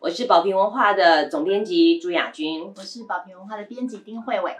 我是宝瓶文化的总编辑朱雅君。我是宝瓶文化的编辑丁慧伟。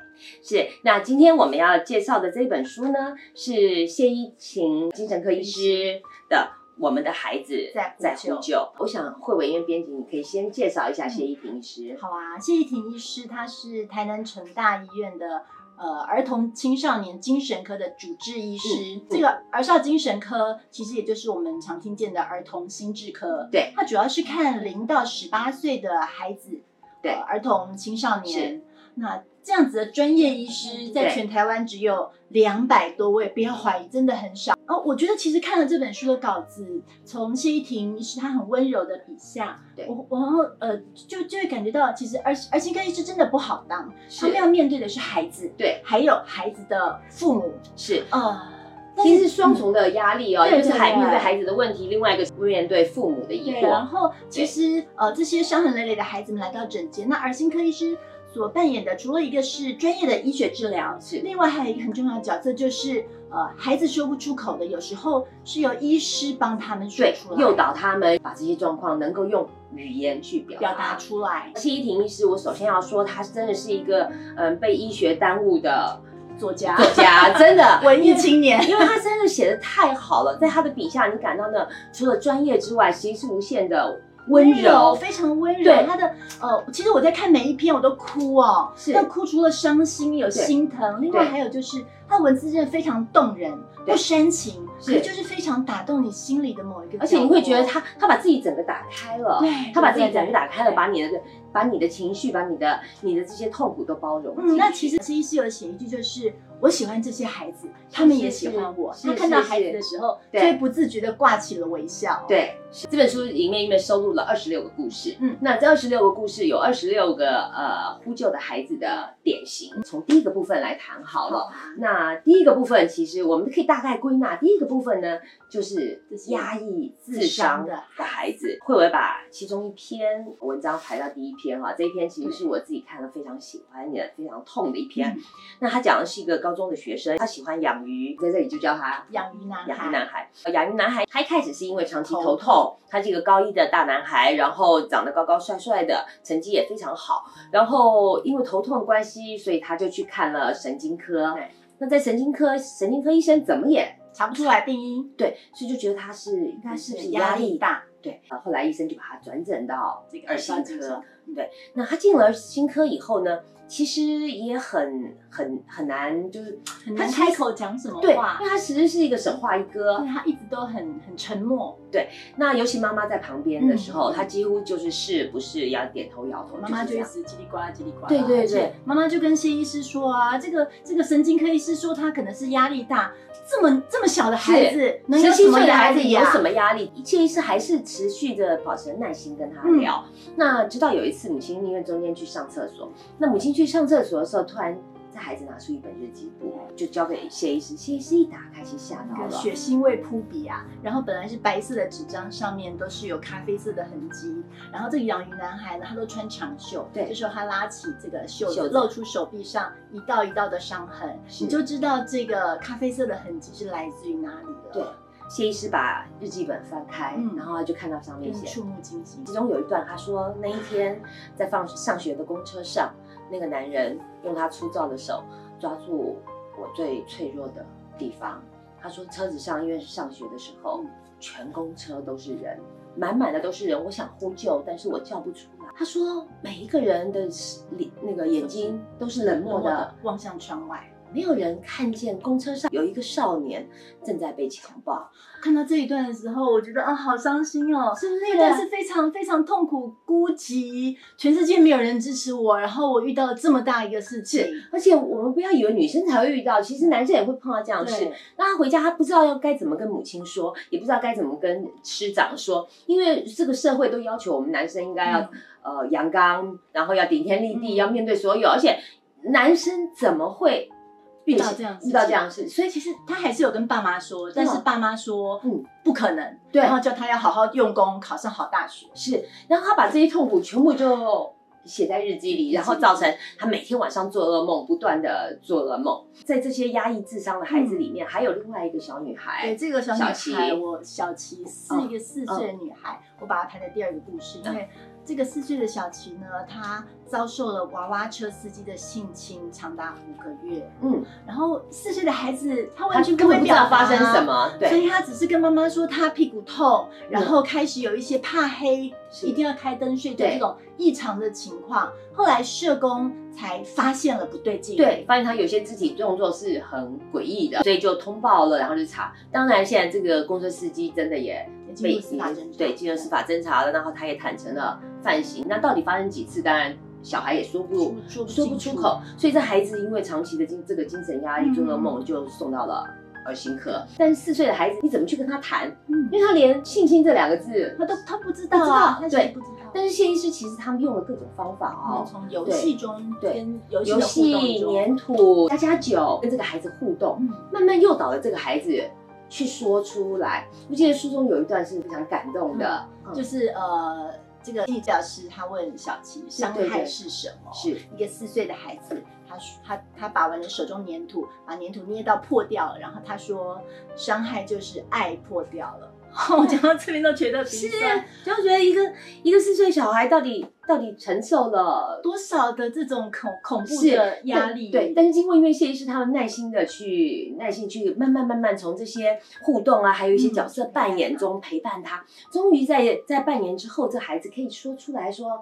是，那今天我们要介绍的这本书呢，是谢依琴精神科医师的《我们的孩子在呼在救嗯呼救》。我想慧伟因为编辑，你可以先介绍一下谢依婷医师。好啊，谢依婷医师，他是台南成大医院的呃儿童青少年精神科的主治医师。嗯嗯这个儿少精神科其实也就是我们常听见的儿童心智科，对，它主要是看零到十八岁的孩子，对呃儿童青少年。那这样子的专业医师，在嗯对全台湾只有两百多位，不要怀疑，真的很少。哦，我觉得其实看了这本书的稿子，从谢依婷医师她很温柔的笔下，我我然后呃，就就会感觉到，其实儿儿心科医师真的不好当，他是们要面对的是孩子，对，还有孩子的父母，是，啊、但其实是双重的压力哦，嗯一个是孩对对对面对孩子的问题，另外一个是面对父母的疑对，然惑。后其实呃，这些伤痕累累的孩子们来到诊间，那儿心科医师所扮演的，除了一个是专业的医学治疗，是另外还有一个很重要的角色就是呃，孩子说不出口的，有时候是由医师帮他们说对出，来，诱导他们把这些状况能够用语言去表表达达出来，谢依婷医师，我首先要说，她真的是一个嗯被医学耽误的作家作 家，真的文艺青年，因为他真的写的太好了，在他的笔下，你感到呢，除了专业之外，其实是无限的温柔。非常温柔对。他的呃，其实我在看每一篇我都哭哦，是那哭除了伤心有心疼，另外对还有就是他文字真的非常动人，对不煽情，是可是就是非常打动你心里的某一个角落，而且你会觉得他，他把自己整个打开了，对，他把自己对整个打开了，。对对把你的把你的情绪，把你的你的这些痛苦都包容进去。嗯，那其实其实有写一句就是。我喜欢这些孩子，他们也喜欢我。是他看到孩子的时候，是对就会不自觉的挂起了微笑。，对是这本书里面，因为收录了二十六个故事，嗯那这二十六个故事有二十六个呃呼救的孩子的典型。从第一个部分来谈好啊了。那第一个部分，其实我们可以大概归纳，第一个部分呢，就是这些压抑自自伤伤的的孩子。慧伟把其中一篇文章排到第一篇哈，这一篇其实是我自己看了非常喜欢也非常痛的一篇。嗯那他讲的是一个高中的学生，他喜欢养鱼，在这里就叫他养鱼男养鱼孩，男孩，呃养鱼男孩，他一开始是因为长期头头痛，他是一个高一的大男孩，然后长得高高帅帅的，成绩也非常好，然后因为头痛的关系，所以他就去看了神经科对。那在神经科，神经科医生怎么也查不出来病因，对，所以就觉得他是应该是不是压压力力大？大，对，然后后来医生就把他转诊到这个儿心高精神科。对，那他进了儿心科以后呢，其实也很很很难，就是很他难其实开口讲什么对，话因，为他其实是一个神话一哥，因为他一直都很很沉默。那尤其妈妈在旁边的时候，嗯她几乎就是是不是要点头摇头，妈妈是就这一样。直叽里呱啦叽里呱啦，对对而且对，妈妈就跟谢医师说啊，这个这个神经科医师说他可能是压力大，这么这么小的孩子能有十什七么岁的孩压子力有呀？什么压力？谢医师还是持续的保持耐心跟他聊。嗯那直到有一次，母亲因为中间去上厕所，那母亲去上厕所的时候，突然这孩子拿出一本日记簿，就交给谢医师。谢医师一打开，其实吓到那个了。血腥味扑鼻啊！然后本来是白色的纸张，上面都是有咖啡色的痕迹。然后这个养鱼男孩呢，他都穿长袖，对这时候他拉起这个袖袖子，子露出手臂上一道一道的伤痕，是你就知道这个咖啡色的痕迹是来自于哪里了。对，谢医师把日记本翻开，嗯然后他就看到上面更写触目惊心其。中有一段，他说那一天在放上学的公车上，那个男人用他粗糙的手抓住我最脆弱的地方。他说车子上因为是上学的时候，全公车都是人，满满的都是人，我想呼救，但是我叫不出来。他说每一个人的脸那个眼睛都是冷漠默默的地，望向窗外。没有人看见公车上有一个少年正在被强暴，看到这一段的时候，我觉得啊，好伤心哦。是不是那段是非常非常痛苦、孤寂，全世界没有人支持我，然后我遇到了这么大一个事情，而且我们不要以为女生才会遇到，其实男生也会碰到这样的事。对，那他回家，他不知道要该怎么跟母亲说，也不知道该怎么跟师长说，因为这个社会都要求我们男生应该要、呃阳刚，然后要顶天立地，嗯要面对所有，而且男生怎么会遇到这样的事情遇到这样的事？所以其实他还是有跟爸妈说，但是爸妈说，嗯嗯，不可能，对然后叫他要好好用功，考上好大学。是，然后他把这些痛苦全部就写在日记里，然后造成他每天晚上做噩梦，不断的做噩梦。在这些压抑智商的孩子里面，还有另外一个小女嗯对，孩，这个小女小琪孩，我小琪是嗯一个四岁的女孩，我把她排在第二个故事，因嗯为这个四岁的小琪呢，她遭受了娃娃车司机的性侵，长达五个月。嗯，然后四岁的孩子，他她完全根本会不知表道达发生什。么，所对，嗯以他只是跟妈妈说他屁股痛，然后开始有一些怕黑，是一定要开灯睡觉对这种异常的情况。后来社工才发现了不对劲，对，发现他有些肢体动作是很诡异的，所以就通报了，然后就查。当然，现在这个公车司机真的也也进被入司法侦查，对进入司法侦查了，然后他也坦诚了犯行。那到底发生几次？当然，小孩也说不说说不出口，所以这孩子因为长期的经这个精神压力嗯做噩梦，就送到了儿心科。但是四岁的孩子，你怎么去跟他谈？嗯因为他连性侵这两个字，他都他不知道不知道啊，他其实对不知道。但是谢医师其实他们用了各种方法我们哦，从游戏中对跟游戏游的互戏、动中，粘土、加加酒，跟这个孩子互动，嗯，慢慢诱导了这个孩子去说出来。我记得书中有一段是非常感动的，嗯就是呃，这个地教师他问小琪伤对害对是什么？是一个四岁的孩子，他说他他把玩了手中粘土，把粘土捏到破掉了，然后他说伤害就是爱破掉了。 我讲到这边都觉得鼻嗯是啊酸，就觉得一个一个四岁小孩到底到底承受了多少的这种恐恐怖是的压力，对，对但是因为因为谢医师他们耐心的去耐心去慢慢慢慢从这些互动啊，还有一些角色扮演中陪伴他，终于在在半年之后，这孩子可以说出来说，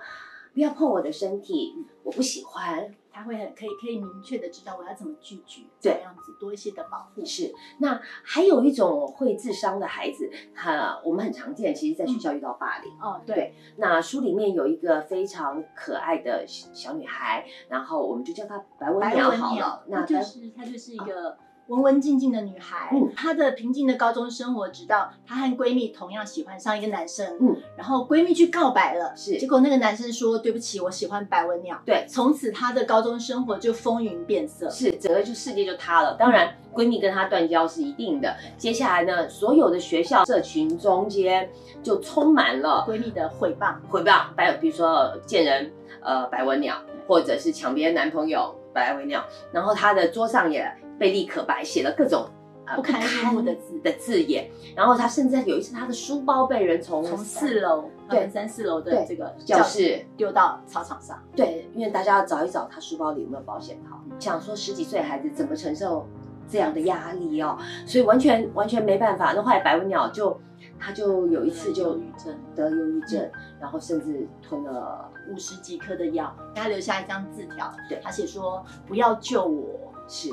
不要碰我的身体，我不喜欢。他会很可以可以明确的知道我要怎么拒绝，对这样子多一些的保护，是，那还有一种会智商的孩子，哈、我们很常见，其实在嗯学校遇到霸凌。哦，对。对那书里面有一个非常可爱的小小女孩，然后我们就叫她白文白鸟文好鸟了。，那她就白是她就是一个文文静静的女孩。嗯她的平静的高中生活，直到她和闺蜜同样喜欢上一个男生，嗯，然后闺蜜去告白了，是结果那个男生说对不起，我喜欢白文鸟。对从此她的高中生活就风云变色。是整个就世界就塌了。当然，闺蜜跟她断交是一定的。接下来呢，所有的学校社群中间就充满了闺蜜的毁谤，回谤，白比如说见人呃白文鸟，或者是抢别人男朋友白文鸟，然后她的桌上也被立可白写了各种。呃不堪入目的字的字眼，然后她甚至有一次她的书包被人从从四楼，他对们三四楼的对这个教室丢到操场上。对，因为大家要找一找他书包里有没有保险套。想说十几岁孩子怎么承受这样的压力哦，所以完全完全没办法。那后来白文鸟就他就有一次就得了忧郁症得忧郁症，然后甚至吞了五十几颗的药，给她留下一张字条，对她写说不要救我，是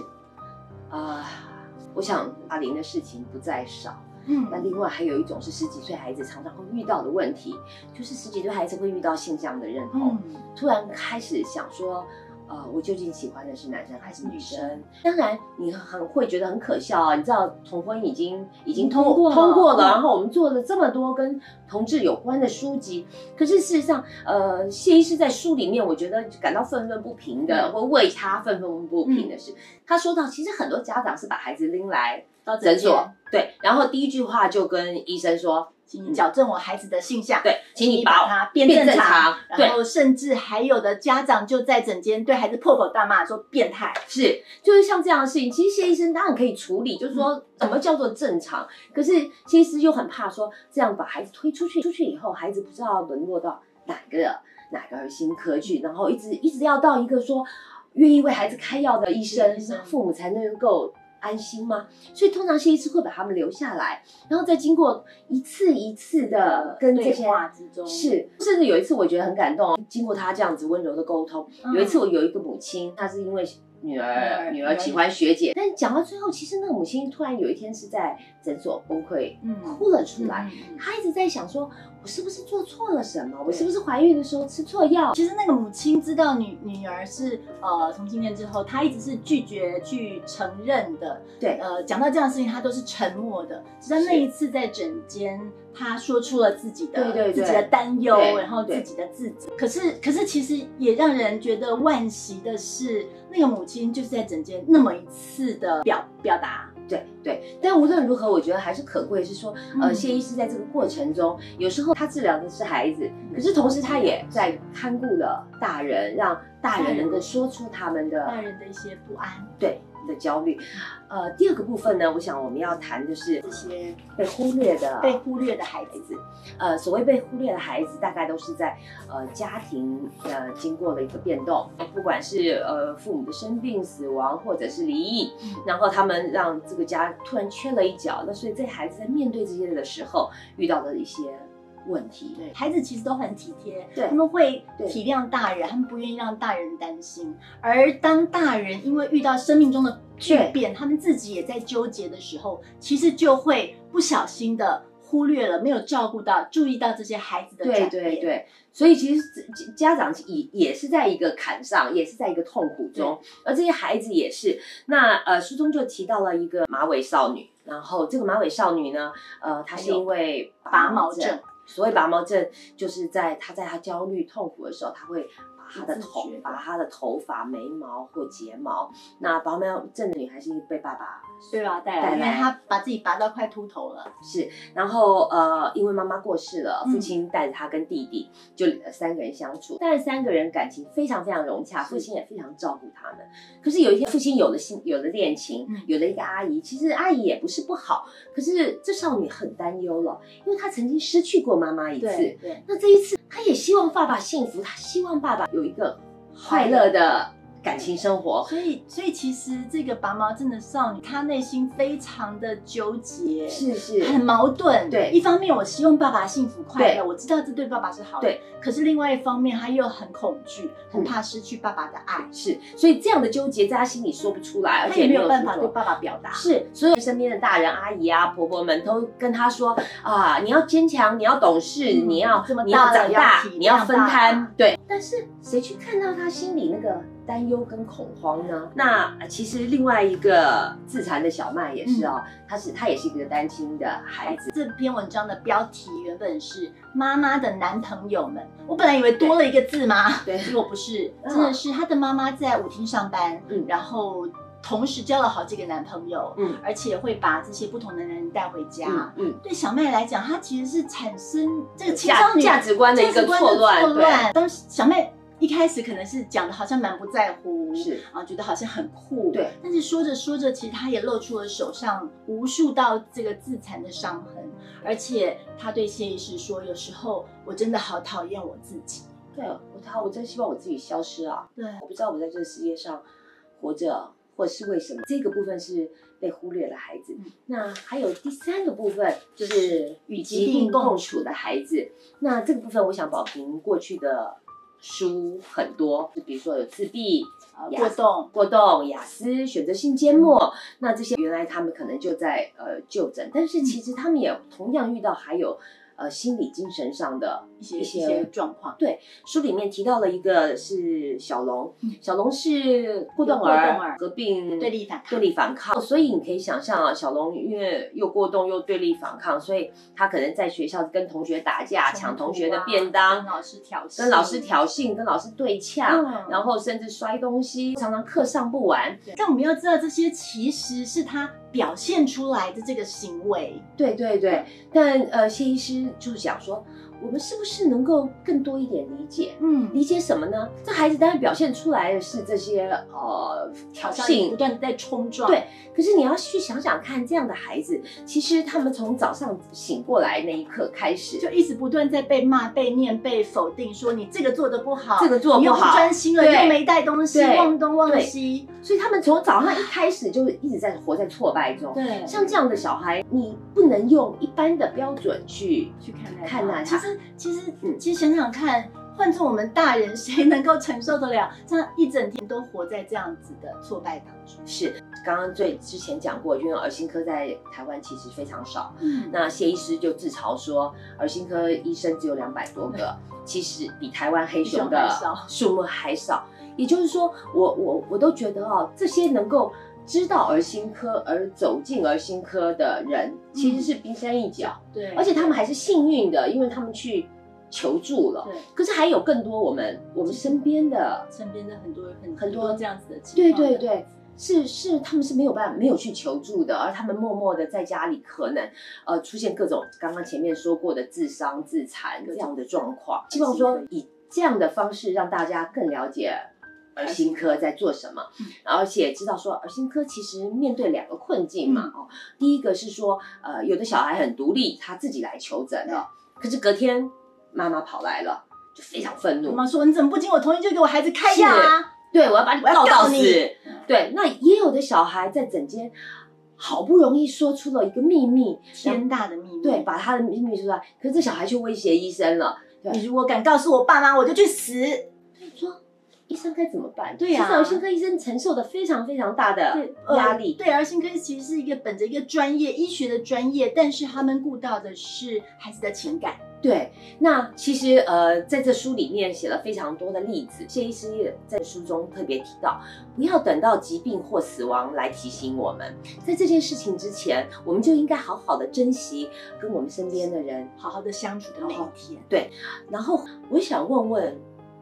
啊、我想阿玲的事情不在少。嗯那另外还有一种是十几岁孩子常常会遇到的问题，就是十几岁孩子会遇到性向的认同。嗯，突然开始想说，呃，我究竟喜欢的是男生还是女还生？当然，你很会觉得很可笑啊！你知道同婚已经已经通通过了通过了，嗯然后我们做了这么多跟同志有关的书籍，可是事实上，呃，谢医师在书里面，我觉得感到愤愤不平的，嗯或为他愤愤不平的是，他说到，其实很多家长是把孩子拎来到诊所间，，对，然后第一句话就跟医生说，请你矫正我孩子的性向，对，请你把把它变变正正常对然后甚至还有的家长就在整间对孩子破口大骂，说变态，是，就是像这样的事情，其实谢医生当然可以处理，就是嗯说怎么叫做正常。可是谢医师又很怕说这样把孩子推出去，出去以后孩子不知道沦落到哪个哪个儿心科去，然后一直一直要到一个说愿意为孩子开药的医生医生，父母才能够。安心吗？所以通常谢医师会把他们留下来，然后再经过一次一次的跟这对些话之中是，甚至有一次我觉得很感动，经过他这样子温柔的沟通，有一次我有一个母亲，她是因为女儿嗯女儿女儿喜欢学姐，但讲到最后，其实那个母亲突然有一天是在诊所崩溃，嗯哭了出出来。来。她一直在想说，我是不是做错了什么？我对是不是怀孕的时候吃错药？其实那个母亲知道女女儿是呃同性恋之后，她一直是拒绝去承认的，对，呃，讲到这样的事情，她都是沉默的。直到那是一次在诊间，她说出了自己的对对对自己的担忧对，然后对自己的自责。可是，可是其实也让人觉得惋惜的是，那个母亲就是在诊间那么一次的表表达，对对，但无论如何，我觉得还是可贵，是说，呃，嗯谢医师在这个过程中，有时候他治疗的是孩子，可是同时他嗯也在看顾了大人，让大人能够说出他们大的人的一些不安，对的焦虑。呃，第二个部分呢，我想我们要谈的是这些被忽略的被忽略的孩子孩子，呃，所谓被忽略的孩子，大概都是在呃家庭呃经过了一个变动，不管是呃父母的生病、死亡，或者是离异嗯，然后他们让这个家突然缺了一角，那所以这孩子在面对这些的时候遇到的一些问题，对，孩子其实都很体贴，对他们会对体谅大人，他们不愿意让大人担心。而当大人因为遇到生命中的巨变，他们自己也在纠结的时候，其实就会不小心的忽略了，没有照顾到、注意到这些孩子的对转变。对对，所以其实这家长也也是在一个坎上，也是在一个痛苦中，而这些孩子也是。那呃，书中就提到了一个马尾少女，然后这个马尾少女呢，呃，她是因为拔毛症。所谓拔毛症，就是在她在她焦虑痛苦的时候，她会拔她的头不自觉，拔她的头发、眉毛或睫毛。那拔毛症的女孩是被爸爸对吧？带带来，因为来他把自己拔到快秃头了，是，然后呃，因为妈妈过世了，嗯父亲带着他跟弟弟，就呃三个人相处，但是三个人感情非常非常融洽，是父亲也非常照顾他们。可是有一天，父亲有了新，有了恋情嗯，有了一个阿姨，其实阿姨也不是不好，可是这少女很担忧了，因为她曾经失去过妈妈一次对，对，那这一次她也希望爸爸幸福，她希望爸爸有一个快乐的感情生活。所以所以其实这个拔毛症的少女，她内心非常的纠结，是是，很矛盾。对一方面我希望爸爸幸福快乐，对我知道这对爸爸是好的。对，可是另外一方面他又很恐惧，很嗯怕失去爸爸的爱，是，所以这样的纠结在她心里说不出来，而他且也没没有有办出法口对爸爸表达。是，所以身边的大人、阿姨啊、婆婆们都跟他说啊，你要坚强，你要懂事，嗯你要这么你要大了长大要体，你要谅分爸摊爸，对。但是谁去看到他心里那个担忧跟恐慌呢？那呃其实另外一个自残的小麦也是哦，她是她也是一个单亲的孩子，这篇文章的标题原本是“妈妈的男朋友们”，我本来以为多了一个字嘛，对结果不是，嗯真的是她的妈妈在舞厅上班，嗯然后同时交了好几个男朋友，嗯而且会把这些不同的男人带回家。嗯嗯，对小麦来讲，她其实是产生这个青价少年价值观的一价个值观错的乱，错对，乱。当时小妹一开始可能是讲的好像蛮不在乎，是啊，觉得好像很酷，对。但是说着说着，其实她也露出了手上无数道这个自残的伤痕，而且她对谢医师说：“有时候我真的好讨厌我自己。对啊我他我真希望我自己消失啊！对我不知道我在这个世界上活着，或是为什么。这个部分是被忽略的孩子。嗯那还有第三个部分就是与与疾疾病病共共处的孩子。那这个部分，我想宝平过去的书很多，就比如说有自闭、呃”雅过动，过动、雅思、选择性缄默，那这些原来他们可能就在呃就诊，但是其实他们也同样遇到还有呃心理精神上的一些一一些些状况，书里面提到了一个是小龙嗯，小龙是过动有过动儿儿合并对立反抗对立反抗，所以你可以想象啊，小龙因为又过动又对立反抗，所以他可能在学校跟同学打架，抢同学的便啊跟当，老师挑衅，跟老师挑衅，跟老师对呛，嗯然后甚至摔东西，常常课上不完。对但我们要知道，这些其实是他表现出来的这个行为，对对对，但呃，谢医师就是想说，我们是不是能够更多一点理解？嗯理解什么呢？这孩子当然表现出来的是这些呃挑好像衅不，断的在冲撞，对可是你要去想想看，这样的孩子，其实他们从早上醒过来那一刻开就始，一直不断在被骂、被念、被否定，说你这个做的不好，这个做你不又不好，专心了，对又没带东西，对忘东忘西，所以他们从早上一开始就一直在活在挫败中。对像这样的小孩，你不能用一般的标准去去看待看待其他实其实、嗯其实想想看，换做我们大人，谁能够承受得了这样一整天都活在这样子的挫败当中？是。刚刚最之前讲过，因为儿心科在台湾其实非常少，嗯，那谢医师就自嘲说，儿心科医生只有两百多个，其实比台湾黑熊的比熊还少数目还少。也就是说，我我我都觉得哦，这些能够知道儿心科而走进儿心科的人，其实是冰山一角，对，而且他们还是幸运的，因为他们去求助了。对可是还有更多我们我们身边的身边的很多很很多这样子的情对况对对，是是，他们是没有办法没有去求助的，而他们默默的在家里，可能呃出现各种刚刚前面说过的自伤、自残这样的状况。希望说以这样的方式让大家更了解儿心科嗯在做什么，而且知道说儿心科其实面对两个困境嘛。哦，第一个是说呃有的小孩很独立，他自己来求诊了，可是隔天妈妈跑来了，就非常愤我怒，妈说你怎么不经我同意就给我孩子开药啊？对我要把你我要告告到你死。对，那也有的小孩在整间好不容易说出了一个秘密，天大的秘密！对，，把他的秘密说出来，可是这小孩却威胁医生了。你如果敢告诉我爸妈，我就去死。所以说，医生该怎么办？对呀至少心科医生承受的非常非常大的呃压力。对儿心科其实是一个本着一个专业医学的专业，但是他们顾到的是孩子的情感。对，那其实呃，在这书里面写了非常多的例子，谢医师也在书中特别提到，不要等到疾病或死亡来提醒我们，在这件事情之前，我们就应该好好的珍惜跟我们身边的人好好的相处的每一天，然后我想问问，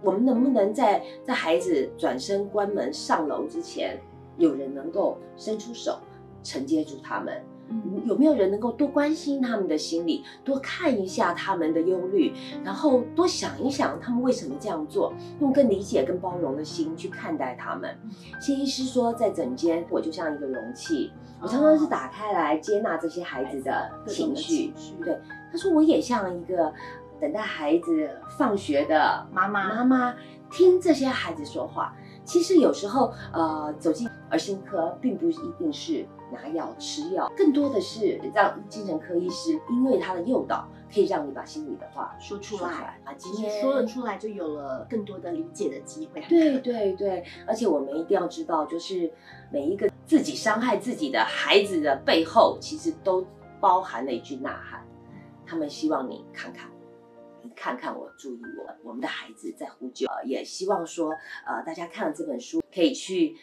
我们能不能在在孩子转身关门上楼之前，有人能够伸出手承接住他们？嗯，有没有人能够多关心他们的心理，多看一下他们的忧虑，然后多想一想他们为什么这样做，用更理解、更包容的心去看待他们嗯。谢医师说，在整间我就像一个容器，我常常是打开来接纳这些孩子的哦各种情的绪情。绪，对他说，我也像一个等待孩子放学的妈妈妈妈听这些孩子说话。其实有时候，呃，走进儿心科并不一定是拿药吃药，更多的是让精神科医师因为他的诱导，可以让你把心里的话说说出出来，来啊。今其实天说了出来，就有了更多的理解的机会。对对对，而且我们一定要知道，就是每一个自己伤害自己的孩子的背后，其实都包含了一句呐喊，他们希望你看看我。你看看我，注意我，我们的孩子在呼救，呃也希望说，呃，大家看了这本书，可以去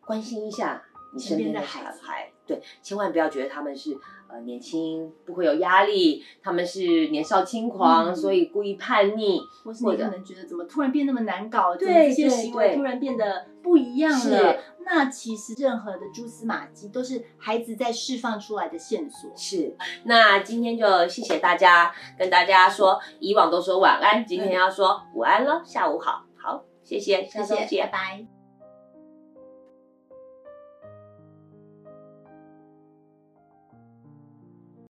关心一下你身边的小身边的孩，对，千万不要觉得他们是呃年轻，不会有压力，他们是年少轻狂，嗯所以故意叛逆，或是你可能觉得怎么突然变那么难搞，对怎么这些对行为对突然变得不一样了是。那其实任何的蛛丝马迹都是孩子在释放出来的线索。是，那今天就谢谢大家，跟大家说，嗯以往都说晚安，今天要说午安了，下午好，好，谢谢，下谢周谢，见拜。拜。